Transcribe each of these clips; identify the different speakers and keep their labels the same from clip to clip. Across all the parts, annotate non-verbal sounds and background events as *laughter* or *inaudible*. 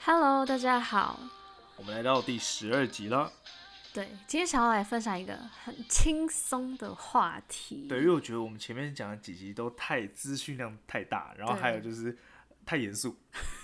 Speaker 1: 哈喽，大家好。
Speaker 2: 我们来到第十二集了。
Speaker 1: 对，今天想要来分享一个很轻松的话题。
Speaker 2: 对，因为我觉得我们前面讲的几集都太资讯量太大，然后
Speaker 1: 对
Speaker 2: 还有就是太严
Speaker 1: *laughs*
Speaker 2: 肃，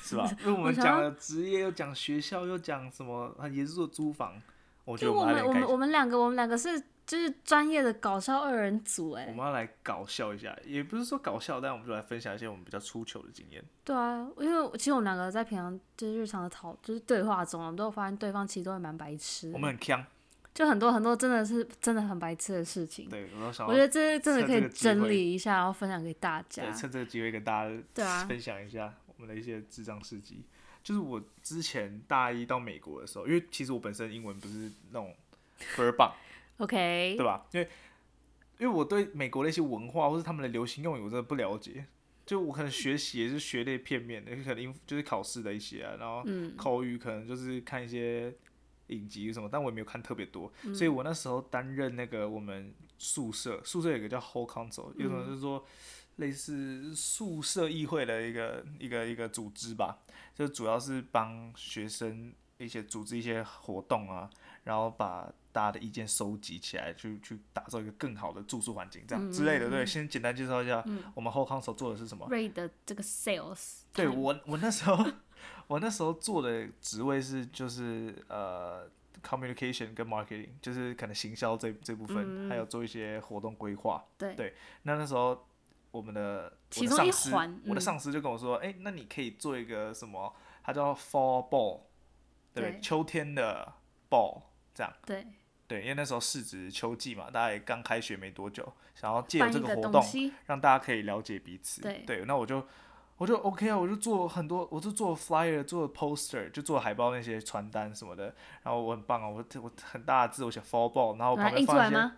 Speaker 2: 是吧？因为我
Speaker 1: 我
Speaker 2: 们
Speaker 1: 想
Speaker 2: 讲
Speaker 1: 要
Speaker 2: 了职业，又讲学校，又讲什么很严肃的租房，我觉
Speaker 1: 就
Speaker 2: 得
Speaker 1: 我
Speaker 2: 们
Speaker 1: 们，
Speaker 2: 要
Speaker 1: 我
Speaker 2: 来
Speaker 1: 们，
Speaker 2: 改，
Speaker 1: 我们两个，我们两个是就是专业的搞笑二人组，哎
Speaker 2: 我，们要来搞笑一下，也不是说搞笑，但我们就来分享一些我们比较出糗的经验。
Speaker 1: 对啊，因为其实我们两个在平常就是日常的讨就是对话中，我们都有发现对方其实都还蛮白痴的，
Speaker 2: 我们很呛，
Speaker 1: 就很多很多真的是真的很白痴的事情。
Speaker 2: 对我都想
Speaker 1: 我觉
Speaker 2: 要
Speaker 1: 得这真的可以
Speaker 2: 趁这个机会
Speaker 1: 整理一下，然后分享给大家
Speaker 2: 对。趁这个机会跟大家
Speaker 1: 对啊
Speaker 2: 分享一下我们的一些智障事迹。就是我之前大一到美国的时候，因为其实我本身英文不是那种 *laughs* 倍儿棒。
Speaker 1: OK，
Speaker 2: 对吧？因为因为我对美国的一些文化或是他们的流行用语我真的不了解，就我可能学习也是学的片面的，可能应就是考试的一些啊，然后口语可能就是看一些影集什么，但我也没有看特别多，所以我那时候担任那个我们宿舍宿舍有一个叫 whole council，有种就是说。类似宿舍议会的一个一个一个组织吧，就主要是帮学生一些组织一些活动啊，然后把大家的意见收集起来，去去打造一个更好的住宿环境，这样之类的。对，先简单介绍一下我们后康所做的是什么。
Speaker 1: 瑞的这个 sales，
Speaker 2: 对我，我那时候我那时候做的职位是就是呃 communication 跟 marketing，就是可能行销这这部分，还有做一些活动规划。
Speaker 1: 嗯对
Speaker 2: 对那那时候我们的
Speaker 1: 其中一环
Speaker 2: 我的上司，我
Speaker 1: 嗯
Speaker 2: 的上司就跟我说，哎、那你可以做一个什么，它叫 fall ball，对不
Speaker 1: 对
Speaker 2: 对？秋天的 ball 这样。
Speaker 1: 对，
Speaker 2: 对，因为那时候市值秋季嘛，大家也刚开学没多久，想要借由
Speaker 1: 办
Speaker 2: 这
Speaker 1: 一
Speaker 2: 个
Speaker 1: 个
Speaker 2: 活
Speaker 1: 东
Speaker 2: 动，
Speaker 1: 西，
Speaker 2: 让大家可以了解彼此。
Speaker 1: 对
Speaker 2: 那我就我就 OK 啊，我就做很多，我就做 flyer，做 poster，就做海报那些传单什么的。然后我很棒啊，我我很大的字，我写 fall ball，然后我
Speaker 1: 把
Speaker 2: 旁
Speaker 1: 它印
Speaker 2: 边
Speaker 1: 出
Speaker 2: 放一
Speaker 1: 来
Speaker 2: 些
Speaker 1: 吗？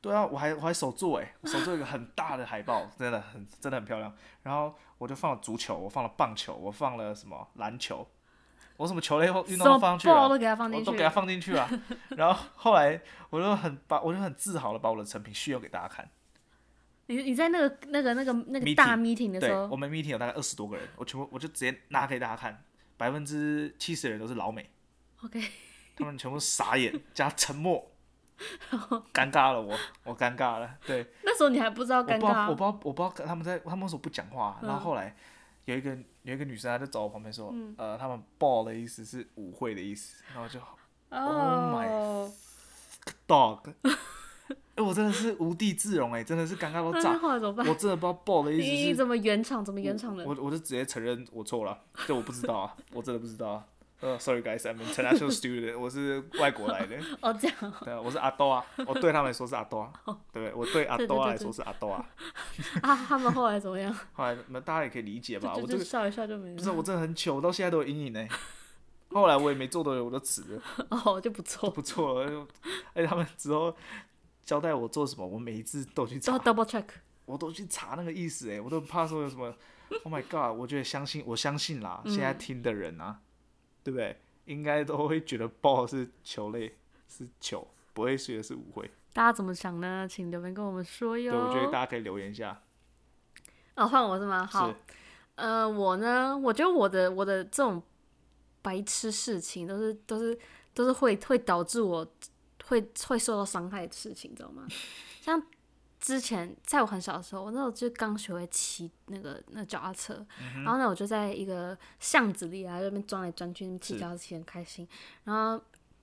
Speaker 2: 对啊，我还我还手做哎、我手做一个很大的海报，真的很真的很漂亮。然后我就放了足球，我放了棒球，我放了什么篮球，我什么球类运动
Speaker 1: 什么
Speaker 2: 都放上去
Speaker 1: ball
Speaker 2: 了，
Speaker 1: 都给它放进
Speaker 2: 我都
Speaker 1: 去
Speaker 2: 给它放进去了。然后后来我就很把我就很自豪的把我的成品炫耀给大家看。
Speaker 1: 你你在那个那个那个那个
Speaker 2: Meeting，
Speaker 1: 大 meeting 的时
Speaker 2: 对，
Speaker 1: 候
Speaker 2: 我，们 meeting 有大概二十多个人，我全部我就直接拿给大家看，百分之七十的人都是老美。
Speaker 1: OK *laughs*
Speaker 2: 他们全部傻眼加沉默，尴尬了我，我尴尬了，对，
Speaker 1: 那时候你还不知道
Speaker 2: 我不
Speaker 1: 尴
Speaker 2: 知道
Speaker 1: 尬，啊嗯
Speaker 2: 我不知道我不知道他们在他们为什么不讲话、啊然后后来有一个有一个女生，她就走我旁边说，呃，他们 ball 的意思是舞会的意思，然后就
Speaker 1: 哦
Speaker 2: Oh，dog，
Speaker 1: *laughs*
Speaker 2: 哎、我真的是无地自容哎、真的是尴尬到
Speaker 1: 那
Speaker 2: 炸
Speaker 1: 那，后来怎么
Speaker 2: 我
Speaker 1: 办？
Speaker 2: 真的不知道 ball 的意
Speaker 1: 你
Speaker 2: 思是
Speaker 1: 你怎么圆场？怎么圆场
Speaker 2: 我
Speaker 1: 了？
Speaker 2: 我我就直接承认我错了，这我不知道啊，我真的不知道啊。呃、s o r r y guys，I'm an international student，我 *laughs* 是外国来的，
Speaker 1: 哦，这样 *laughs* 哦
Speaker 2: 对啊，我是阿多啊，我对他们来说是阿多啊，对不对？我对阿
Speaker 1: 对对
Speaker 2: 多啊
Speaker 1: 对
Speaker 2: 来
Speaker 1: 对
Speaker 2: 说是阿
Speaker 1: *laughs*
Speaker 2: 多啊。
Speaker 1: 啊，他们后来怎么样？
Speaker 2: 后来那大家也可以理解吧，
Speaker 1: 就
Speaker 2: 我
Speaker 1: 就
Speaker 2: 这
Speaker 1: 就
Speaker 2: 个
Speaker 1: 笑一笑就没
Speaker 2: 不是
Speaker 1: 了。
Speaker 2: 我真的很糗，我到现在都有阴影呢。后来我也没做多久，我就辞了，
Speaker 1: *laughs* 哦，就不错，
Speaker 2: 不错了。而且他们之后交代我做什么，我每一次都去
Speaker 1: 之
Speaker 2: 查
Speaker 1: 后，double check。
Speaker 2: 我都去查那个意思哎，我都很怕说有什么，Oh my God！我觉得相信，我相信啦，
Speaker 1: 嗯
Speaker 2: 现在听的人啊，对不对？应该都会觉得 ball 是球类，是球，不会觉得是舞会。
Speaker 1: 大家怎么想呢？请留言跟我们说哟。
Speaker 2: 对，我觉得大家可以留言一下。
Speaker 1: 哦，换我是吗？好
Speaker 2: 是，，
Speaker 1: 呃，我呢，我觉得我的我的这种白痴事情都是都是都是会会导致我会会受到伤害的事情，你知道吗？像之前在我很小的时候，我那时候就刚学会骑那个那脚踏车，
Speaker 2: 嗯
Speaker 1: 然后呢，我就在一个巷子里啊，在那边转来转去，那边骑
Speaker 2: 是
Speaker 1: 脚踏车骑得很开心。然后，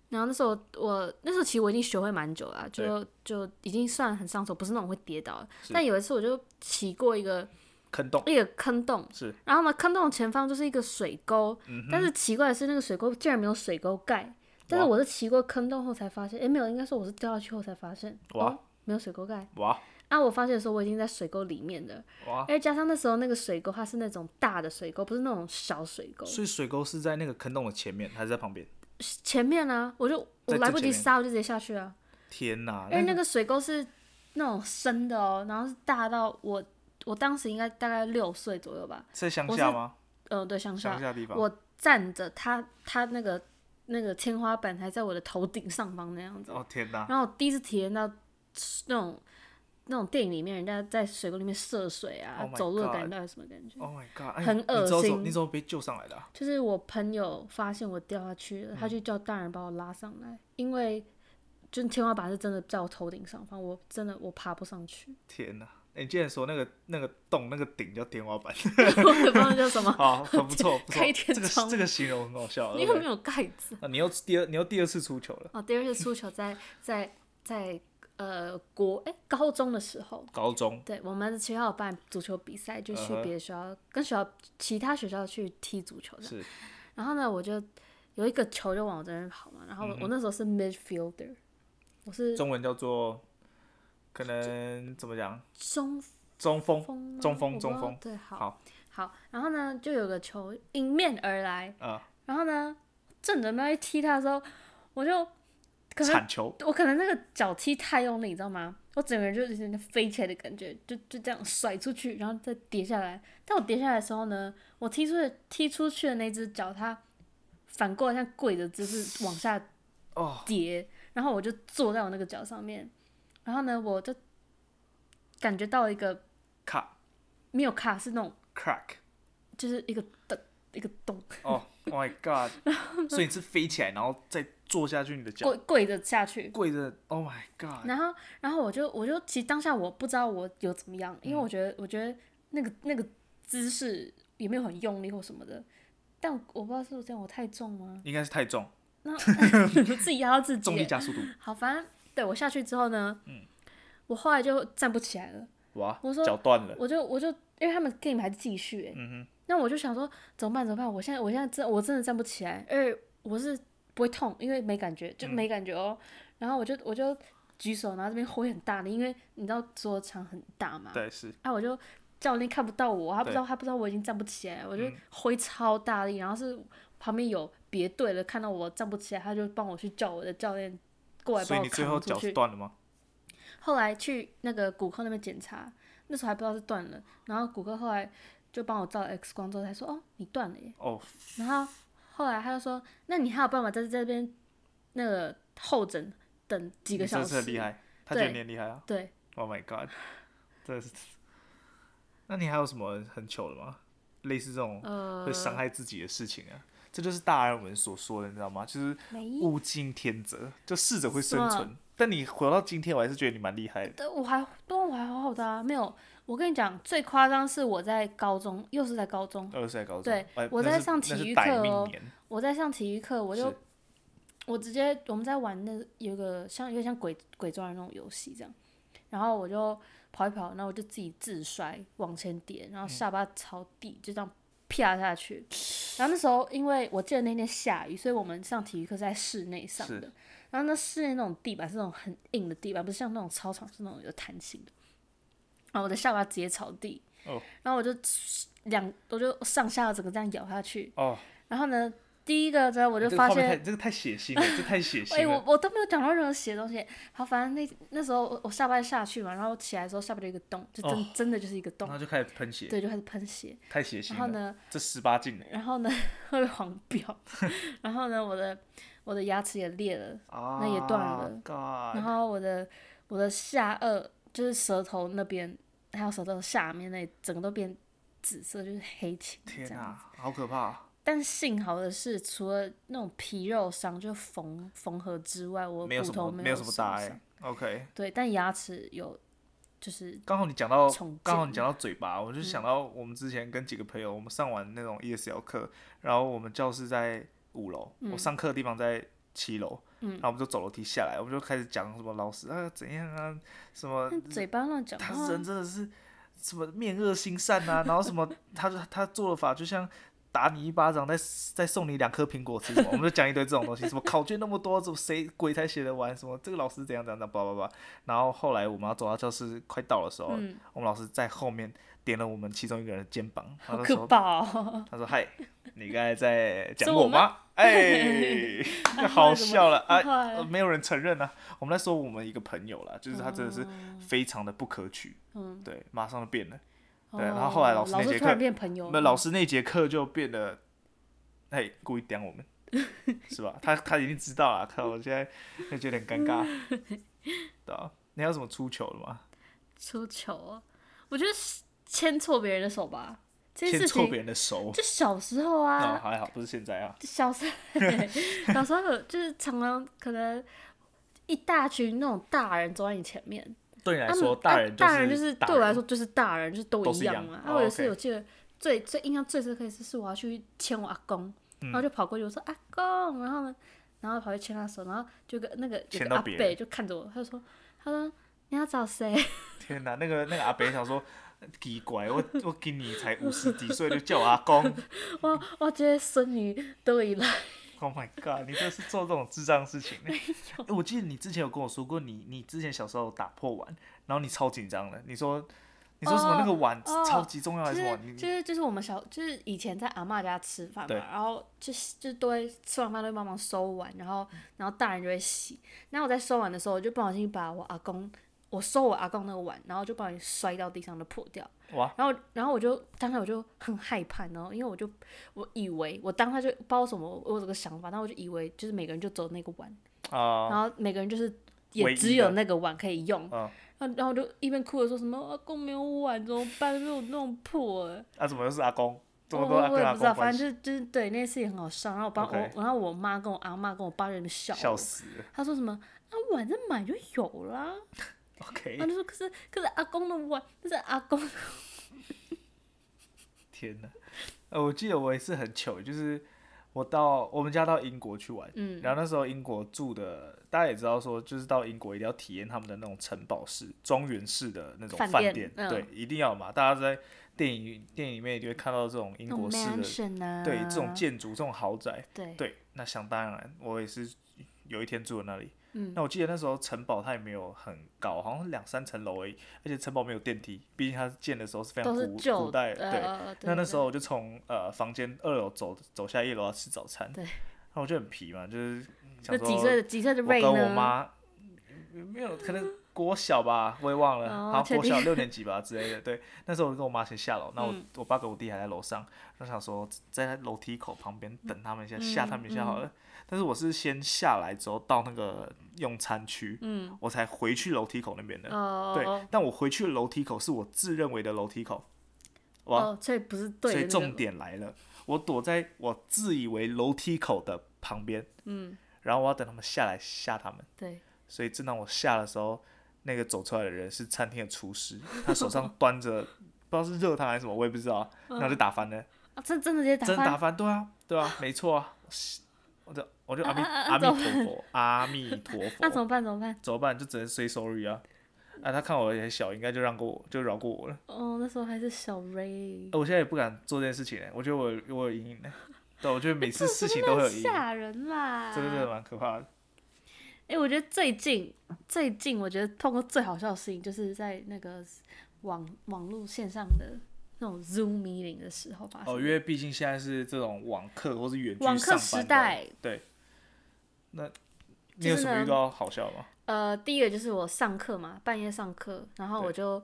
Speaker 1: 然后那时候我我那时候其实我已经学会蛮久了啊、就就已经算很上手，不是那种会跌倒的。
Speaker 2: 是
Speaker 1: 但有一次我就骑过一个
Speaker 2: 坑洞
Speaker 1: 一个坑洞，
Speaker 2: 是
Speaker 1: 然后呢，坑洞的前方就是一个水沟，
Speaker 2: 嗯
Speaker 1: 但是奇怪的是，那个水沟竟然没有水沟盖。但是
Speaker 2: 哇
Speaker 1: 我是骑过坑洞后才发现，诶，没有，应该说我是掉下去后才发现，
Speaker 2: 哇
Speaker 1: 哦，没有水沟盖。
Speaker 2: 哇，
Speaker 1: 啊，我发现的时候我已经在水沟里面了，
Speaker 2: 哇！
Speaker 1: 而加上那时候那个水沟它是那种大的水沟，不是那种小水沟。
Speaker 2: 所以水沟是在那个坑洞的前面，还是在旁边？
Speaker 1: 前面啊，我就我
Speaker 2: 在
Speaker 1: 来
Speaker 2: 最
Speaker 1: 不及
Speaker 2: 前面嗯
Speaker 1: 刹，我就直接下去啊。
Speaker 2: 天哪！
Speaker 1: 因为哎那
Speaker 2: 个
Speaker 1: 个水沟是那种深的哦，然后是大到我我当时应该大概六岁左右吧，
Speaker 2: 在乡
Speaker 1: 我
Speaker 2: 下
Speaker 1: 是
Speaker 2: 吗？
Speaker 1: 嗯、对，乡下
Speaker 2: 乡下地方。
Speaker 1: 我站着，它它那个那个天花板还在我的头顶上方那样子，
Speaker 2: 哦天哪！
Speaker 1: 然后我第一次体验到那种那种电影里面人家在水沟里面涉水啊、
Speaker 2: Oh my
Speaker 1: 走路的感
Speaker 2: God
Speaker 1: 觉到底什么感觉？
Speaker 2: Oh my god！哎
Speaker 1: 很
Speaker 2: 你之后
Speaker 1: 恶
Speaker 2: 怎么
Speaker 1: 心
Speaker 2: 你怎么被救上来的啊？
Speaker 1: 就是我朋友发现我掉下去
Speaker 2: 嗯
Speaker 1: 了，他就叫大人把我拉上来，因为就是天花板是真的在我头顶上方，我真的我爬不上去， *laughs*
Speaker 2: 天哪！哎你竟然说那个那个洞那个顶叫天花板，
Speaker 1: 我也不知道叫什么，
Speaker 2: 好，很不错，不错
Speaker 1: 开。天
Speaker 2: 这个
Speaker 1: 窗
Speaker 2: 这个形容很好笑。
Speaker 1: *laughs* 因为没
Speaker 2: 对
Speaker 1: 有盖子
Speaker 2: 不对。啊，你又第二你又第二次出糗了，
Speaker 1: 哦，第二次出糗在在在呃国哎、高中的时候，
Speaker 2: 高中
Speaker 1: 对我们学校有办足球比赛，就去
Speaker 2: 嗯哼
Speaker 1: 别的学校、跟学校其他学校去踢足球这样。
Speaker 2: 是
Speaker 1: 然后呢，我就有一个球就往我这边跑嘛，然
Speaker 2: 嗯
Speaker 1: 后我,、我那时候是 midfielder，我是
Speaker 2: 中文叫做可能怎么讲？
Speaker 1: 中
Speaker 2: 中锋
Speaker 1: 锋吗，
Speaker 2: 中
Speaker 1: 我
Speaker 2: 锋，
Speaker 1: 不知
Speaker 2: 中
Speaker 1: 道
Speaker 2: 锋。
Speaker 1: 对，好，
Speaker 2: 好，
Speaker 1: 好，然后呢，就有个球迎面而来，
Speaker 2: 啊，
Speaker 1: 然后呢，正准备要去踢他的时候，我就可能
Speaker 2: 铲球，
Speaker 1: 我可能那个脚踢太用力，你知道吗？我整个人就有点飞起来的感觉，就就这样甩出去，然后再跌下来。但我跌下来的时候呢，我踢出的踢出去的那只脚，它反过来像跪着姿势往下
Speaker 2: 哦，
Speaker 1: 跌，然后我就坐在我那个脚上面，然后呢，我就感觉到一个
Speaker 2: 卡
Speaker 1: 没有卡，是那种
Speaker 2: crack。
Speaker 1: 就是一个洞一个洞，
Speaker 2: 哦、oh、，My *laughs*
Speaker 1: *laughs*
Speaker 2: God！所以你是飞起来，然后再坐下去，你的脚
Speaker 1: 跪跪着下去。
Speaker 2: 跪着。Oh my God！
Speaker 1: 然后，然后我就我就其实当下我不知道我有怎么样，因为
Speaker 2: 嗯
Speaker 1: 我觉得我觉得那个那个姿势也没有很用力或什么的，但我不知道是不是这样，我太重吗？
Speaker 2: 应该是太重， *laughs*
Speaker 1: 那 *laughs* 自己压到自己
Speaker 2: 重力
Speaker 1: 耶。*laughs*
Speaker 2: 加嗯速度。
Speaker 1: 好，反正对我下去之后呢，我后来就站不起来了，
Speaker 2: 哇
Speaker 1: 我说，
Speaker 2: 脚断了。
Speaker 1: 我就我就因为他们 game 还继续、欸，
Speaker 2: 嗯
Speaker 1: 那我就想说怎么办怎么办？我现在我现在真我真的站不起来，而我是不会痛，因为没感觉，
Speaker 2: 嗯
Speaker 1: 就没感觉哦。然后我就我就举手，然后这边挥很大力，因为你知道桌场很大嘛
Speaker 2: 哼，，对，是
Speaker 1: 啊，我就教练看不到我，他不知道他不知道我已经站不起来，我
Speaker 2: 嗯
Speaker 1: 就挥超大力，然后是旁边有别队的看到我站不起来，他就帮我去叫我的教练过来
Speaker 2: 所
Speaker 1: 帮
Speaker 2: 以
Speaker 1: 我
Speaker 2: 你最后
Speaker 1: 扛
Speaker 2: 脚
Speaker 1: 出
Speaker 2: 是
Speaker 1: 去。
Speaker 2: 断了吗？
Speaker 1: 后来去那个骨科那边检查，那时候还不知道是断了，然后骨科后来就帮我照了 X 光之后才说，哦，你断了耶。
Speaker 2: 哦、
Speaker 1: 然后后来他就说：“那你还有办法在这边那个候诊等几
Speaker 2: 你
Speaker 1: 个
Speaker 2: 真
Speaker 1: 小
Speaker 2: 的是
Speaker 1: 时？”
Speaker 2: 很厉害，他觉得
Speaker 1: 对
Speaker 2: 你很厉害啊。
Speaker 1: 对，
Speaker 2: Oh my God！真的是。那你还有什么很糗的吗？类似这种
Speaker 1: 呃
Speaker 2: 会伤害自己的事情啊，这就是大人们所说的，你知道吗？就是
Speaker 1: 没
Speaker 2: 物竞天择，就适者会生
Speaker 1: 什么
Speaker 2: 存。但你活到今天，我还是觉得你蛮厉害的。
Speaker 1: 但我还对我还好好的啊，没有。我跟你讲，最夸张是我在高中，又是在高中，
Speaker 2: 二十岁高中，
Speaker 1: 对
Speaker 2: 哎
Speaker 1: 我
Speaker 2: 那
Speaker 1: 在
Speaker 2: 是
Speaker 1: 上
Speaker 2: 那
Speaker 1: 体
Speaker 2: 是
Speaker 1: 育
Speaker 2: 歹
Speaker 1: 课
Speaker 2: 命
Speaker 1: 哦
Speaker 2: 年
Speaker 1: 我在上体育课，我就是我直接我们在玩那有一个像有点像鬼鬼抓人那种游戏这样，然后我就跑一跑，然后我就自己自摔往前跌，
Speaker 2: 嗯
Speaker 1: 然后下巴朝地就这样啪下去。然后那时候因为我记得那天下雨，所以我们上体育课是在室内上
Speaker 2: 是
Speaker 1: 的，然后那室内那种地板是那种很硬的地板，不是像那种操场是那种有弹性的。然后我的下巴直接朝地，
Speaker 2: 哦
Speaker 1: 然后我就两我就上下整个这样咬下去，
Speaker 2: 哦，
Speaker 1: 然后呢，第一个之后我
Speaker 2: 这
Speaker 1: 就
Speaker 2: 个
Speaker 1: 发
Speaker 2: 画面
Speaker 1: 现
Speaker 2: 太，这个太血腥了，这太血
Speaker 1: *laughs* 哎、
Speaker 2: 腥
Speaker 1: 我
Speaker 2: 了。
Speaker 1: 我都没有讲到任何血的东西。好，反正那那时候我我下巴下去嘛，然后起来的时候下巴就一个洞，就真、
Speaker 2: 哦
Speaker 1: 真的就是一个
Speaker 2: 然
Speaker 1: 洞，
Speaker 2: 后就开始喷血，
Speaker 1: 对，就开始喷血。
Speaker 2: 太血
Speaker 1: 然
Speaker 2: 腥
Speaker 1: 后
Speaker 2: 了。
Speaker 1: 呢，
Speaker 2: 这十八禁的
Speaker 1: 然后呢 *laughs* 会被黄
Speaker 2: *laughs*
Speaker 1: 标，然后呢我的我的牙齿也裂了，
Speaker 2: 啊，
Speaker 1: 那也断了
Speaker 2: God
Speaker 1: 然后我的我的下颚就是舌头那边，还有舌头下面那里整个都变紫色，就是黑青这
Speaker 2: 天
Speaker 1: 样。
Speaker 2: 哪，好可怕！
Speaker 1: 但幸好的是，除了那种皮肉伤，就缝缝合之外，我
Speaker 2: 没有
Speaker 1: 骨
Speaker 2: 什
Speaker 1: 头
Speaker 2: 么，
Speaker 1: 没
Speaker 2: 没有什么大
Speaker 1: 受
Speaker 2: 碍
Speaker 1: 伤。
Speaker 2: OK，
Speaker 1: 对，但牙齿有，就是
Speaker 2: 刚好你讲到
Speaker 1: 重，
Speaker 2: 刚好
Speaker 1: 建嗯
Speaker 2: 你讲到嘴巴，我就想到我们之前跟几个朋友，我们上完那种 ESL 课，然后我们教室在五楼，
Speaker 1: 嗯
Speaker 2: 我上课的地方在七楼，然后我们就走楼梯下来，我们就开始讲什么老师啊怎样啊，什么
Speaker 1: 但嘴巴乱讲
Speaker 2: 他
Speaker 1: 话
Speaker 2: 啊人真的是什么面恶心善啊，然后什么他他做的法就像打你一巴掌，再再送你两颗苹果吃什么？我们就讲一堆这种东西，什么考卷那么多，怎么谁鬼才写得完？什么这个老师怎样怎样怎样，叭叭叭。然后后来我们要走到教室快到的时候，
Speaker 1: 嗯
Speaker 2: 我们老师在后面点了我们其中一个人的肩膀，他
Speaker 1: 好
Speaker 2: 就
Speaker 1: 可
Speaker 2: 说：“
Speaker 1: 怕哦！
Speaker 2: 他说嗨，你刚才在讲
Speaker 1: 说
Speaker 2: 我
Speaker 1: 我们
Speaker 2: 吗？
Speaker 1: *laughs*
Speaker 2: 哎，
Speaker 1: 啊
Speaker 2: 好笑了啊
Speaker 1: 后来怎么后来！
Speaker 2: 呃没有人承认啊。我们在说我们一个朋友啦，就是他真的是
Speaker 1: 哦
Speaker 2: 非常的不可取，
Speaker 1: 嗯，
Speaker 2: 对，马上就变了。对，
Speaker 1: 哦
Speaker 2: 然后后来老师
Speaker 1: 老
Speaker 2: 那
Speaker 1: 师
Speaker 2: 节
Speaker 1: 突
Speaker 2: 课
Speaker 1: 然，变朋友了，
Speaker 2: 那老师那节课就变得，哎，故意刁
Speaker 1: *laughs*
Speaker 2: 我们，是吧？他他一定知道啦，看我现在就觉得很
Speaker 1: *laughs*
Speaker 2: 尴尬，对啊。你还有什么出糗的吗？
Speaker 1: 出糗啊！我觉得是牵错别人的手吧，这件事
Speaker 2: 牵错别
Speaker 1: 情
Speaker 2: 人的手，
Speaker 1: 就小时候
Speaker 2: 哦，
Speaker 1: 啊，
Speaker 2: 还好，不是现在啊。
Speaker 1: 小时
Speaker 2: *laughs*
Speaker 1: 候小时候有就是常常可能一大群那种大人走在你前面，
Speaker 2: 对你来
Speaker 1: 他们
Speaker 2: 说，
Speaker 1: 啊
Speaker 2: 大人
Speaker 1: 大人
Speaker 2: 就是大
Speaker 1: 对我来
Speaker 2: 人
Speaker 1: 说就是大人，就是都
Speaker 2: 都是一样
Speaker 1: 样嘛。
Speaker 2: 哦
Speaker 1: 然后有一次
Speaker 2: OK
Speaker 1: 我记得最最印象最深刻一次是我要去牵我阿公，然
Speaker 2: 嗯
Speaker 1: 后就跑过去我说阿公，然后呢，然后跑去牵他手，然后就跟那个有
Speaker 2: 牵
Speaker 1: 个
Speaker 2: 到
Speaker 1: 阿
Speaker 2: 别
Speaker 1: 伯
Speaker 2: 人
Speaker 1: 就看着我，他就说他说你要找谁？
Speaker 2: 天哪，那个那个阿伯想说，奇怪，我我今年才五十几岁就叫我阿公
Speaker 1: 我我这些孙女都会来，
Speaker 2: ，Oh my god，你这是做这种智障事情呢、欸我记得你之前有跟我说过你，你之前小时候打破碗，然后你超紧张的，你说你说什么
Speaker 1: 哦
Speaker 2: 那个碗
Speaker 1: 哦
Speaker 2: 超级重要还
Speaker 1: 就是
Speaker 2: 什么？
Speaker 1: 是
Speaker 2: 啊你
Speaker 1: 就是就是我们小就是以前在阿嬷家吃饭嘛，
Speaker 2: 对
Speaker 1: 然后就是就是都会吃完饭都会帮忙收碗，然
Speaker 2: 嗯
Speaker 1: 后然后大人就会洗。然后我在收碗的时候，我就不小心把我阿公我收我阿公那个碗，然后就不小心摔到地上就破掉。
Speaker 2: 哇，
Speaker 1: 然后然后我就当时我就很害怕，然后因为我就我以为我当下就不知道为什么，我有这个想法，然后我就以为就是每个人就只有那个碗，
Speaker 2: 啊、
Speaker 1: 然后每个人就是
Speaker 2: 唯
Speaker 1: 也
Speaker 2: 一
Speaker 1: 只有
Speaker 2: 的
Speaker 1: 那个碗可以用。
Speaker 2: 嗯
Speaker 1: 然后然后我就一边哭着说什么阿公没有碗怎么办，被我弄破了。
Speaker 2: 啊，怎么又是阿公？这么
Speaker 1: 我哦
Speaker 2: 多
Speaker 1: 我
Speaker 2: 阿
Speaker 1: 我
Speaker 2: 跟
Speaker 1: 也
Speaker 2: 阿
Speaker 1: 不知道，
Speaker 2: 公
Speaker 1: 反
Speaker 2: 关系，
Speaker 1: 正就是就是对那件事情很好笑。然后我帮
Speaker 2: OK
Speaker 1: 我，然后我妈跟我阿妈跟我爸在那边笑
Speaker 2: 笑
Speaker 1: 我
Speaker 2: 死了。
Speaker 1: 他说什么啊碗这买就有啦，
Speaker 2: OK，
Speaker 1: 他就说可是可是阿公的碗，这是阿公的
Speaker 2: 天哪！呃，我记得我也是很糗，就是我到我们家到英国去玩，
Speaker 1: 嗯
Speaker 2: 然后那时候英国住的，大家也知道说，就是到英国一定要体验他们的那种城堡式、庄园式的那种
Speaker 1: 饭
Speaker 2: 饭
Speaker 1: 店嗯
Speaker 2: 对，一定要嘛。大家在电影电影里面就会看到这种英
Speaker 1: 那种
Speaker 2: 国式的，
Speaker 1: mansion 啊，
Speaker 2: 对这种建筑、这种豪宅，
Speaker 1: 对
Speaker 2: 对。那想当然，我也是有一天住在那里。
Speaker 1: 嗯
Speaker 2: 那我记得那时候城堡它也没有很高，好像两三层楼而已，而且城堡没有电梯，毕竟它建的时候是非常
Speaker 1: 都是
Speaker 2: 古
Speaker 1: 旧
Speaker 2: 古代，
Speaker 1: 呃
Speaker 2: 对，
Speaker 1: 呃对
Speaker 2: 那那
Speaker 1: 对
Speaker 2: 时候我就从呃房间二楼走走下一楼要吃早餐，
Speaker 1: 对
Speaker 2: 然后我就很皮嘛，就是
Speaker 1: 那
Speaker 2: 想说
Speaker 1: 几岁的几岁的
Speaker 2: 我
Speaker 1: Ray
Speaker 2: 跟我
Speaker 1: 呢？
Speaker 2: 妈嗯没有可能国小吧，我也忘了，
Speaker 1: 哦
Speaker 2: 好
Speaker 1: 确
Speaker 2: 像国
Speaker 1: 定
Speaker 2: 小六年级吧之类的。对，那时候我跟我妈先下楼，那我、
Speaker 1: 嗯
Speaker 2: 我爸跟我弟还在楼上，就想说在楼梯口旁边等他们一下，吓他们一下
Speaker 1: 嗯
Speaker 2: 好了。但是我是先下来之后到那个用餐区，
Speaker 1: 嗯，
Speaker 2: 我才回去楼梯口那边的。对
Speaker 1: 哦，
Speaker 2: 但我回去的楼梯口是我自认为的楼梯口，哇，
Speaker 1: 哦，所以不是对
Speaker 2: 所
Speaker 1: 的
Speaker 2: 以
Speaker 1: 那
Speaker 2: 重
Speaker 1: 个
Speaker 2: 点来了，我躲在我自以为楼梯口的旁边，嗯，然后我要等他们下来吓他们。
Speaker 1: 对，
Speaker 2: 所以正当我下的时候，那个走出来的人是餐厅的
Speaker 1: *laughs*
Speaker 2: 厨师，他手上端着不知道是热汤还是什么，我也不知道啊，然后就打翻了，
Speaker 1: 啊，真真的直嗯接打
Speaker 2: 真打
Speaker 1: 翻，
Speaker 2: 翻，对啊，对啊，没错啊，我就我就阿弥
Speaker 1: 啊啊
Speaker 2: 阿弥
Speaker 1: 怎
Speaker 2: 陀
Speaker 1: 么
Speaker 2: 佛，阿弥陀
Speaker 1: 那怎
Speaker 2: 佛，
Speaker 1: 么办？怎么办？
Speaker 2: 怎么办？就只能 say sorry 啊。啊，他看我也小，应该就让过我，就饶过我了。
Speaker 1: 哦，那时候还是小 Ray，
Speaker 2: 呃我现在也不敢做这件事情、欸，我觉得我有我有阴影呢、对，我觉得每次事情都会有阴影，
Speaker 1: 吓人啦！
Speaker 2: 这真的蛮可怕的。
Speaker 1: 哎、我觉得最近最近，我觉得碰过最好笑的事情，就是在那个网网络线上的那种 Zoom meeting 的时候发生
Speaker 2: 哦，
Speaker 1: 的。
Speaker 2: 因为毕竟现在是这种网课或是远距
Speaker 1: 啊网
Speaker 2: 上
Speaker 1: 课
Speaker 2: 班
Speaker 1: 时
Speaker 2: 的
Speaker 1: 代，
Speaker 2: 对。那你
Speaker 1: 就
Speaker 2: 有
Speaker 1: 是
Speaker 2: 什么
Speaker 1: 呢
Speaker 2: 遇到好笑吗？
Speaker 1: 呃，第一个就是我上课嘛，半夜上课，然后我
Speaker 2: 对
Speaker 1: 就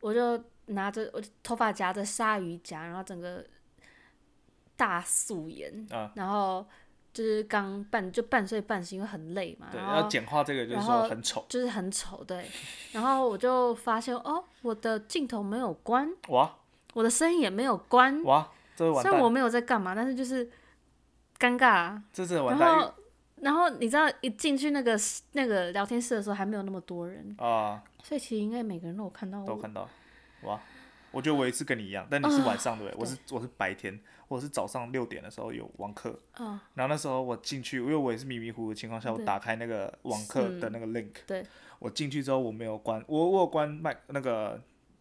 Speaker 1: 我就拿着我就头发夹着鲨鱼夹，然后整个大素颜，
Speaker 2: 啊
Speaker 1: 然后就是刚半就半睡半醒，因为很累嘛，
Speaker 2: 对，
Speaker 1: 然后
Speaker 2: 要简化这个就是
Speaker 1: 啊然
Speaker 2: 说
Speaker 1: 后
Speaker 2: 很丑
Speaker 1: 就是很丑，对。然后我就发现哦，我的镜头没有关，
Speaker 2: 哇
Speaker 1: 我的声音也没有关，
Speaker 2: 哇，这是完
Speaker 1: 虽然
Speaker 2: 蛋
Speaker 1: 我
Speaker 2: 了，
Speaker 1: 没有在干嘛，但是就是尴尬啊。
Speaker 2: 这是
Speaker 1: 然
Speaker 2: 完蛋了
Speaker 1: 后，然后你知道一进去那个那个聊天室的时候，还没有那么多人，
Speaker 2: 啊！
Speaker 1: 所以其实应该每个人都有看到
Speaker 2: 都
Speaker 1: 我。
Speaker 2: 看到哇，我觉得我也是跟你一样，但你是晚上对不对？我
Speaker 1: 啊对
Speaker 2: 是我是白天，我是早上六点的时候有网课，
Speaker 1: 嗯，
Speaker 2: 然后那时候我进去，因为我也是迷迷糊糊的情况下，我
Speaker 1: 对
Speaker 2: 打开那个网课
Speaker 1: 嗯
Speaker 2: 的那个 link，
Speaker 1: 对
Speaker 2: 我进去之后我没有关，我我有关麦那个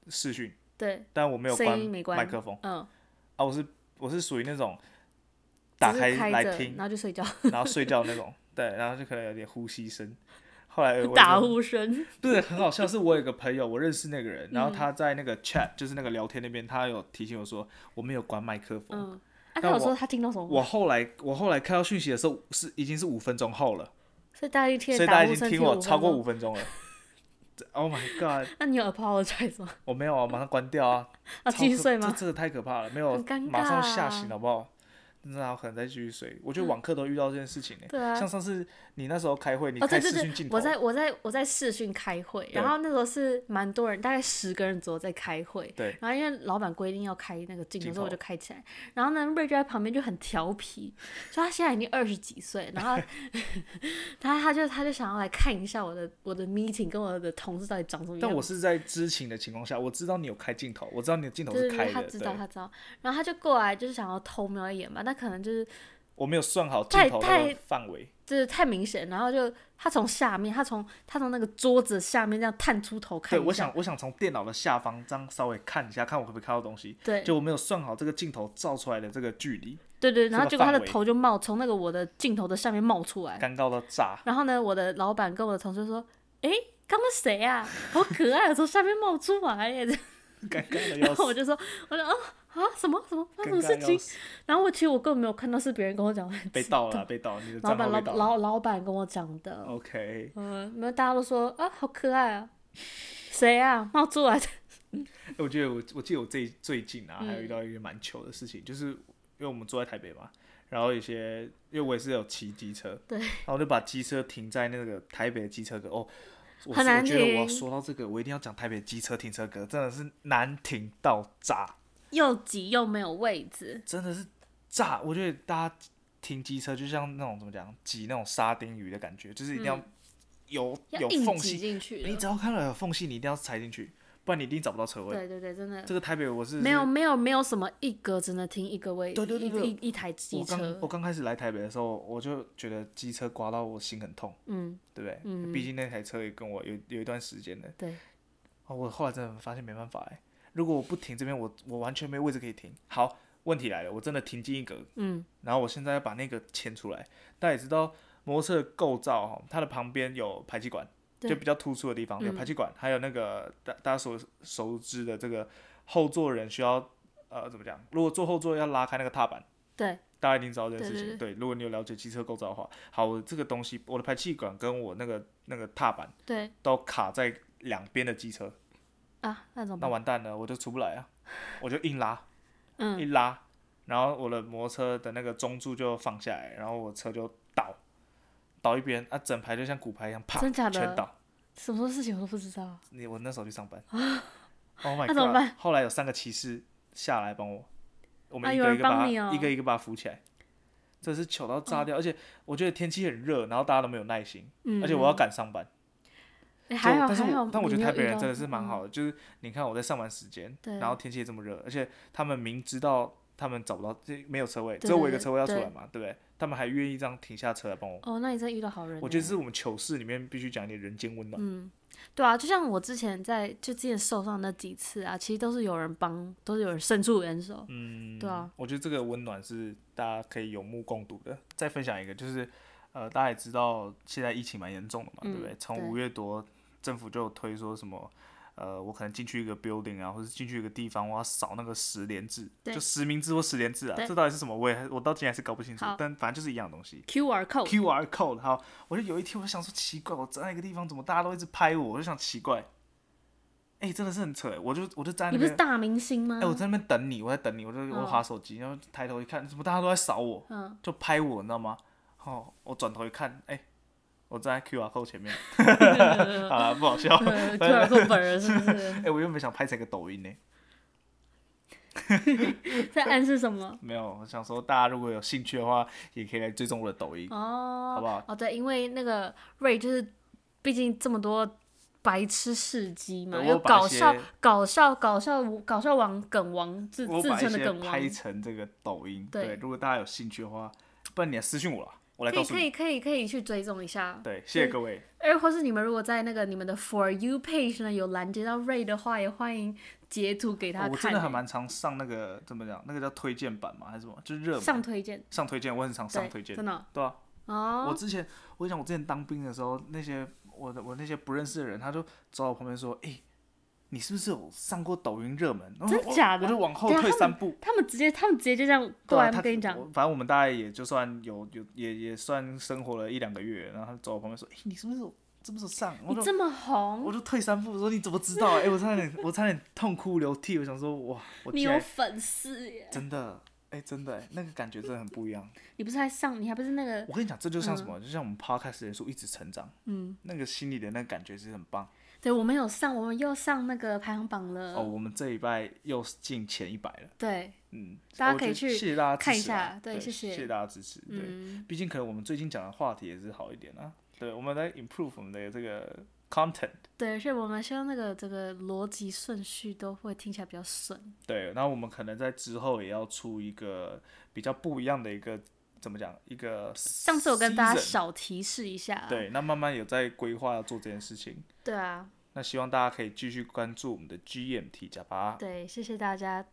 Speaker 2: 视讯，
Speaker 1: 对，
Speaker 2: 但我没有
Speaker 1: 声
Speaker 2: 关
Speaker 1: 音没关
Speaker 2: 麦克风
Speaker 1: 嗯，
Speaker 2: 啊，我是我是属于那种打
Speaker 1: 只
Speaker 2: 开
Speaker 1: 是开
Speaker 2: 来
Speaker 1: 着
Speaker 2: 听
Speaker 1: 然，后就睡觉，
Speaker 2: 然后睡觉那
Speaker 1: *laughs*
Speaker 2: 种，对，然后就可能有点呼吸声。后来我
Speaker 1: 打
Speaker 2: 就
Speaker 1: 呼声，啊
Speaker 2: 对，很好笑。是我有个朋友，我认识那个
Speaker 1: 嗯
Speaker 2: 人，然后他在那个 chat，就是那个聊天那边，他有提醒我说我没有关麦克风。
Speaker 1: 嗯，啊，他
Speaker 2: 但
Speaker 1: 有
Speaker 2: 我
Speaker 1: 说他听到什么
Speaker 2: 我
Speaker 1: 吗？
Speaker 2: 后来我后来看到讯息的时候是已经是五分钟后了，
Speaker 1: 所以大家一听
Speaker 2: 所以大
Speaker 1: 打
Speaker 2: 家已
Speaker 1: 呼
Speaker 2: 经
Speaker 1: 声
Speaker 2: 听
Speaker 1: 了
Speaker 2: 我超过
Speaker 1: 分
Speaker 2: 五分钟了。这 Oh my god！
Speaker 1: 钟，那你有 apologize 吗？
Speaker 2: *laughs* 我没有啊，马上关掉啊！
Speaker 1: 啊，继续
Speaker 2: 超可
Speaker 1: 睡
Speaker 2: 这
Speaker 1: 吗？
Speaker 2: 这个太可怕了，没有
Speaker 1: 很尴，
Speaker 2: 马上
Speaker 1: 尬
Speaker 2: 吓
Speaker 1: 啊嗯
Speaker 2: 醒好不好？啊那我可能再继续睡。我觉得网课都遇到这件事情呢、欸
Speaker 1: 对啊
Speaker 2: 像上次你那时候开会，你
Speaker 1: 哦，
Speaker 2: 开
Speaker 1: 对对
Speaker 2: 视讯
Speaker 1: 对
Speaker 2: 镜，头，
Speaker 1: 我在我在我在视讯开会，
Speaker 2: 对
Speaker 1: 然后那时候是蛮多人，大概十个人左右在开会。
Speaker 2: 对
Speaker 1: 然后因为老板规定要开那个镜头，
Speaker 2: 镜
Speaker 1: 所以我
Speaker 2: 头
Speaker 1: 就开起来。然后呢，瑞就在旁边就很调皮，所以他现在已经二十几岁，然后
Speaker 2: *laughs*
Speaker 1: 他他就他就想要来看一下我的我的 meeting 跟我的同事到底长什么样子。
Speaker 2: 但我是在知情的情况下，我知道你有开镜头，我知道你的镜头
Speaker 1: 对
Speaker 2: 是
Speaker 1: 对
Speaker 2: 开
Speaker 1: 对，
Speaker 2: 的，
Speaker 1: 他知道他知道，然后他就过来就是想要偷瞄一眼吧，那可能就是
Speaker 2: 我没有算好镜
Speaker 1: 太
Speaker 2: 头
Speaker 1: 太
Speaker 2: 的范围，
Speaker 1: 就是太明显，然后就他从下面，他从他从那个桌子下面这样探出头看
Speaker 2: 对，
Speaker 1: 一下，
Speaker 2: 我想我想从电脑的下方这样稍微看一下，看我可不可以看到东西。
Speaker 1: 对
Speaker 2: 就我没有算好这个镜头照出来的这个距离，
Speaker 1: 对对，
Speaker 2: 这
Speaker 1: 然后
Speaker 2: 个
Speaker 1: 结果他的
Speaker 2: 范围
Speaker 1: 头就冒从那个我的镜头的下面冒出来，
Speaker 2: 尴尬到炸。
Speaker 1: 然后呢，我的老板跟我的同事说：“诶，刚刚谁啊？好可爱，从下面冒出来耶！”
Speaker 2: 尴尬的
Speaker 1: 然
Speaker 2: 要
Speaker 1: 后我
Speaker 2: 死，
Speaker 1: 就说：“我说哦啊什么什么发生什么
Speaker 2: 尴尬
Speaker 1: 事
Speaker 2: 的要
Speaker 1: 情
Speaker 2: 死，？”
Speaker 1: 然后我其实我根本没有看到是别人跟我讲，
Speaker 2: 被盗了啊，被盗，你的
Speaker 1: 老
Speaker 2: 账
Speaker 1: 板
Speaker 2: 号
Speaker 1: 老
Speaker 2: 被盗。
Speaker 1: 老老板跟我讲的。
Speaker 2: 哦 OK，
Speaker 1: 嗯，没有，大家都说啊，好可爱啊，谁啊，冒出来的，
Speaker 2: 哎我觉得我我记得我最最近啊，还有遇到一个蛮糗的事情，就是因为我们住在台北嘛，然后有些因为我也是有骑机车，
Speaker 1: 对
Speaker 2: 然后我就把机车停在那个台北的机车格哦。我
Speaker 1: 很
Speaker 2: 是我
Speaker 1: 难
Speaker 2: 觉得我要
Speaker 1: 停
Speaker 2: 说到这个，我一定要讲台北机车停车格，真的是难停到炸。
Speaker 1: 又挤又没有位置，
Speaker 2: 真的是炸！我觉得大家停机车就像那种怎么讲，挤那种沙丁鱼的感觉，就是一定要有、
Speaker 1: 要
Speaker 2: 有
Speaker 1: 硬
Speaker 2: 缝
Speaker 1: 挤
Speaker 2: 隙，
Speaker 1: 进去
Speaker 2: 你
Speaker 1: 的。
Speaker 2: 只要看到有缝隙，你一定要踩进去，不然你一定找不到车位。
Speaker 1: 对对对，真的
Speaker 2: 这个台北我是
Speaker 1: 没有，没有没有什么一格只能停一个位置，
Speaker 2: 对对对对
Speaker 1: 一一一台机
Speaker 2: 我刚
Speaker 1: 车
Speaker 2: 我，刚开始来台北的时候，我就觉得机车刮到我心很痛，
Speaker 1: 嗯，
Speaker 2: 对不对？毕竟那台车也跟我有有一段时间了。
Speaker 1: 对，
Speaker 2: 哦，我后来真的发现没办法哎，如果我不停这边，我我完全没位置可以停。好，问题来了，我真的停进一格，
Speaker 1: 嗯，
Speaker 2: 然后我现在要把那个牵出来。大家也知道，摩托车的构造哈，它的旁边有排气管，
Speaker 1: 对嗯
Speaker 2: 就比较突出的地方有排气管，还有那个大大家所熟知的这个后座人需要呃怎么讲？如果坐后座要拉开那个踏板，
Speaker 1: 对，
Speaker 2: 大家一定知道这件事情。
Speaker 1: 对对
Speaker 2: 如果你有了解机车构造的话，好，我这个东西，我的排气管跟我那个那个踏板
Speaker 1: 对
Speaker 2: 都卡在两边的机车，
Speaker 1: 啊，那种
Speaker 2: 那完蛋了，我就出不来啊，我就硬拉，
Speaker 1: 嗯
Speaker 2: 一拉，然后我的摩托车的那个中柱就放下来，然后我车就倒，倒一边啊，整排就像骨牌一样，啪，
Speaker 1: 真假的
Speaker 2: 全倒。
Speaker 1: 什么事情我都不知道，
Speaker 2: 你我那时候去上班，Oh my
Speaker 1: 啊那怎么
Speaker 2: god！、
Speaker 1: 办
Speaker 2: 后来有三个骑士下来帮我，我们
Speaker 1: 啊
Speaker 2: 一
Speaker 1: 有
Speaker 2: 个
Speaker 1: 人
Speaker 2: 一个把它、
Speaker 1: 帮你哦
Speaker 2: 一个一个把它扶起来，这是糗到炸掉，而且我觉得天气很热，然后大家都没有耐心，
Speaker 1: 嗯，
Speaker 2: 而且我要赶上班。
Speaker 1: 哎
Speaker 2: 就
Speaker 1: 还好
Speaker 2: 但是
Speaker 1: 还好
Speaker 2: 我
Speaker 1: 你没有遇到，
Speaker 2: 但我觉得台北人真的是蛮
Speaker 1: 嗯，
Speaker 2: 好的，就是你看我在上班时间，
Speaker 1: 对
Speaker 2: 然后天气也这么热，而且他们明知道他们找不到这没有车位，
Speaker 1: 对
Speaker 2: 只有我
Speaker 1: 对
Speaker 2: 一个
Speaker 1: 对
Speaker 2: 车位要出
Speaker 1: 对
Speaker 2: 来嘛，对不对？他们还愿意这样停下车来帮我，
Speaker 1: 哦，那你真的遇到好人，
Speaker 2: 我觉得这是我们糗事里面必须讲一点人间温暖。
Speaker 1: 嗯，对啊，就像我之前在就之前受伤那几次啊，其实都是有人帮，都是有人伸出援手。
Speaker 2: 嗯，
Speaker 1: 对啊，
Speaker 2: 我觉得这个温暖是大家可以有目共睹的。再分享一个，就是呃，大家也知道现在疫情蛮严重的嘛，对不对？
Speaker 1: 嗯
Speaker 2: 从
Speaker 1: 对
Speaker 2: 五月多，政府就有推说什么。呃，我可能进去一个 building 啊，或者进去一个地方，我要扫那个十连制，
Speaker 1: 对
Speaker 2: 就实名制或十连制啊，
Speaker 1: 对
Speaker 2: 这到底是什么？我也还我到今天还是搞不清楚
Speaker 1: 好，哦
Speaker 2: 但反正就是一样的东西。
Speaker 1: QR code，
Speaker 2: QR code 好，我就有一天我就想说奇怪，我站在一个地方，怎么大家都一直拍我？我就想奇怪，哎、真的是很扯、我就我就站在
Speaker 1: 你
Speaker 2: 那
Speaker 1: 不
Speaker 2: 边
Speaker 1: 是，大明星吗？
Speaker 2: 哎、
Speaker 1: *laughs*
Speaker 2: 我在那边等你，我在等你，我就我划手机，然后抬头一看，怎么大家都在扫我，
Speaker 1: 嗯
Speaker 2: 就拍我，你知道吗？哦，我转头一看，哎、我站在 QR code
Speaker 1: *laughs*
Speaker 2: 前面，好了，不好笑。
Speaker 1: 呃，QR code 本人是不
Speaker 2: 哎、 *laughs*
Speaker 1: 是
Speaker 2: 我原本想拍成一个抖音呢、
Speaker 1: 在暗示什么？
Speaker 2: 没有，我想说大家如果有兴趣的话，也可以来追踪我的抖音，
Speaker 1: 哦，
Speaker 2: 好不好？
Speaker 1: 哦，对，因为那个瑞就是，毕竟这么多白痴事迹嘛，
Speaker 2: 对
Speaker 1: 有
Speaker 2: 我把
Speaker 1: 搞
Speaker 2: 一些
Speaker 1: 笑、搞笑、搞笑、搞笑王、梗王自
Speaker 2: 我
Speaker 1: 自
Speaker 2: 把一
Speaker 1: 称的
Speaker 2: 些
Speaker 1: 梗王
Speaker 2: 拍，成这个抖音，
Speaker 1: 对
Speaker 2: 对，如果大家有兴趣的话，不然你来私信我啦，我来
Speaker 1: 可
Speaker 2: 告
Speaker 1: 以
Speaker 2: 诉
Speaker 1: 可
Speaker 2: 你。
Speaker 1: 以可以可以去追踪一下。
Speaker 2: 对，谢谢各位。
Speaker 1: 哎，或是你们如果在那个你们的 For You page 呢有拦截到 Ray 的话，也欢迎截图给他看、
Speaker 2: 哦我真的很蛮常上那个怎么讲，那个叫推荐版嘛，还是什么？就是热门
Speaker 1: 上推荐，
Speaker 2: 上推荐，我很常上
Speaker 1: 对，
Speaker 2: 推荐，
Speaker 1: 真的
Speaker 2: 对啊。我
Speaker 1: 哦，
Speaker 2: 之前我跟你讲，我之前当兵的时候，那些我的我那些不认识的人，他就走到我旁边说：“哎、你是不是有上过抖音热门？”然后
Speaker 1: 真
Speaker 2: 我
Speaker 1: 假
Speaker 2: 我
Speaker 1: 的
Speaker 2: 就往后
Speaker 1: 等下
Speaker 2: 退
Speaker 1: 他
Speaker 2: 三步。
Speaker 1: 他们直接他们直接就这样
Speaker 2: 对
Speaker 1: 过
Speaker 2: 啊，
Speaker 1: 来
Speaker 2: 他
Speaker 1: 跟你讲
Speaker 2: 我，反正我们大概也就算有有也也算生活了一两个月，然后他走我旁边说：“哎、你是不是有是不是有上？”我
Speaker 1: 你
Speaker 2: 就
Speaker 1: 这么红
Speaker 2: 我，就退三步说：“你怎么知道、
Speaker 1: *laughs*
Speaker 2: 哎、我差点我差点痛哭流涕，我想说哇，我
Speaker 1: 你
Speaker 2: 竟
Speaker 1: 有
Speaker 2: 然
Speaker 1: 粉丝耶，
Speaker 2: 真的哎、真的、哎，那个感觉真的很不一样。
Speaker 1: 你不是还上，你还不是那个
Speaker 2: 我跟你讲，这就像什
Speaker 1: 嗯
Speaker 2: 么，就像我们 podcast 人数一直成长，嗯，那个心里的那个感觉是很棒。
Speaker 1: 对，我们有上，我们又上那个排行榜了。
Speaker 2: 哦，我们这一拜又进前一百了，
Speaker 1: 对，
Speaker 2: 嗯，
Speaker 1: 大家
Speaker 2: 我
Speaker 1: 可
Speaker 2: 觉
Speaker 1: 以
Speaker 2: 得
Speaker 1: 去
Speaker 2: 谢谢大家
Speaker 1: 看一
Speaker 2: 支持啊
Speaker 1: 下对
Speaker 2: 对，
Speaker 1: 谢谢嗯
Speaker 2: 谢大家支持，对，毕竟可能我们最近讲的话题也是好一点啊，对，我们来 improve 我们的这个 content，
Speaker 1: 对，而且我们希望那个这个逻辑顺序都会听起来比较顺。
Speaker 2: 对，然后我们可能在之后也要出一个比较不一样的一个怎么讲，一个
Speaker 1: 上次我跟大家
Speaker 2: season
Speaker 1: 小提示一下，啊
Speaker 2: 对，那慢慢有在规划要做这件事情，
Speaker 1: 对啊，
Speaker 2: 那希望大家可以继续关注我们的 GMT 加八。
Speaker 1: 对，谢谢大家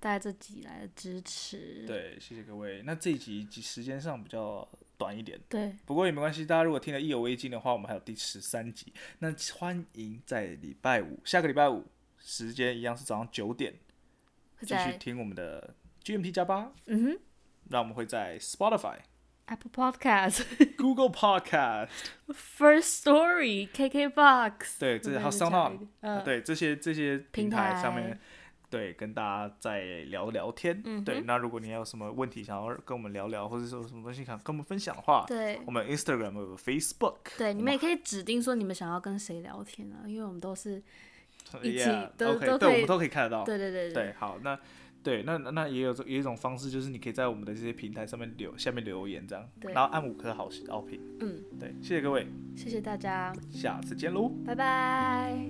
Speaker 1: 带这集来的支持。
Speaker 2: 对，谢谢各位。那这一集集时间上比较短一点，
Speaker 1: 对
Speaker 2: 不过也没关系。大家如果听得意犹未尽的话，我们还有第十三集。那欢迎在礼拜五，下个礼拜五时间一样是早上九点，
Speaker 1: 会
Speaker 2: 继续
Speaker 1: 在
Speaker 2: 听我们的 GMP 加八。
Speaker 1: 嗯哼
Speaker 2: 那我们会在 Spotify、 *laughs*
Speaker 1: Apple Podcast、 *laughs*
Speaker 2: Google Podcast，
Speaker 1: First Story、KKBox，
Speaker 2: 对，这
Speaker 1: 我
Speaker 2: 还有
Speaker 1: 们再讲
Speaker 2: Sound
Speaker 1: 一个
Speaker 2: On，、
Speaker 1: 嗯
Speaker 2: 对这些这些
Speaker 1: 平
Speaker 2: 平台上
Speaker 1: 台
Speaker 2: 面。对，跟大家再聊聊天。
Speaker 1: 嗯
Speaker 2: 对，
Speaker 1: 哼
Speaker 2: 那如果你还有什么问题想要跟我们聊聊，或者说有什么东西想跟我们分享的话，
Speaker 1: 对
Speaker 2: 我们 Instagram 有 Facebook，
Speaker 1: 对，你们也可以指定说你们想要跟谁聊天啊，因为我们都是一起
Speaker 2: Yeah，
Speaker 1: 都
Speaker 2: OK，
Speaker 1: 都
Speaker 2: 对，
Speaker 1: 可
Speaker 2: 我
Speaker 1: 以
Speaker 2: 们都可以看得到。
Speaker 1: 对对对
Speaker 2: 对，好，那对，那那那也有也有一种方式，就是你可以在我们的这些平台上面留下面留言这样，
Speaker 1: 对
Speaker 2: 然后按五颗好好评。
Speaker 1: 嗯，
Speaker 2: 对，谢谢各位，
Speaker 1: 谢谢大家，
Speaker 2: 下次见喽。
Speaker 1: 拜拜。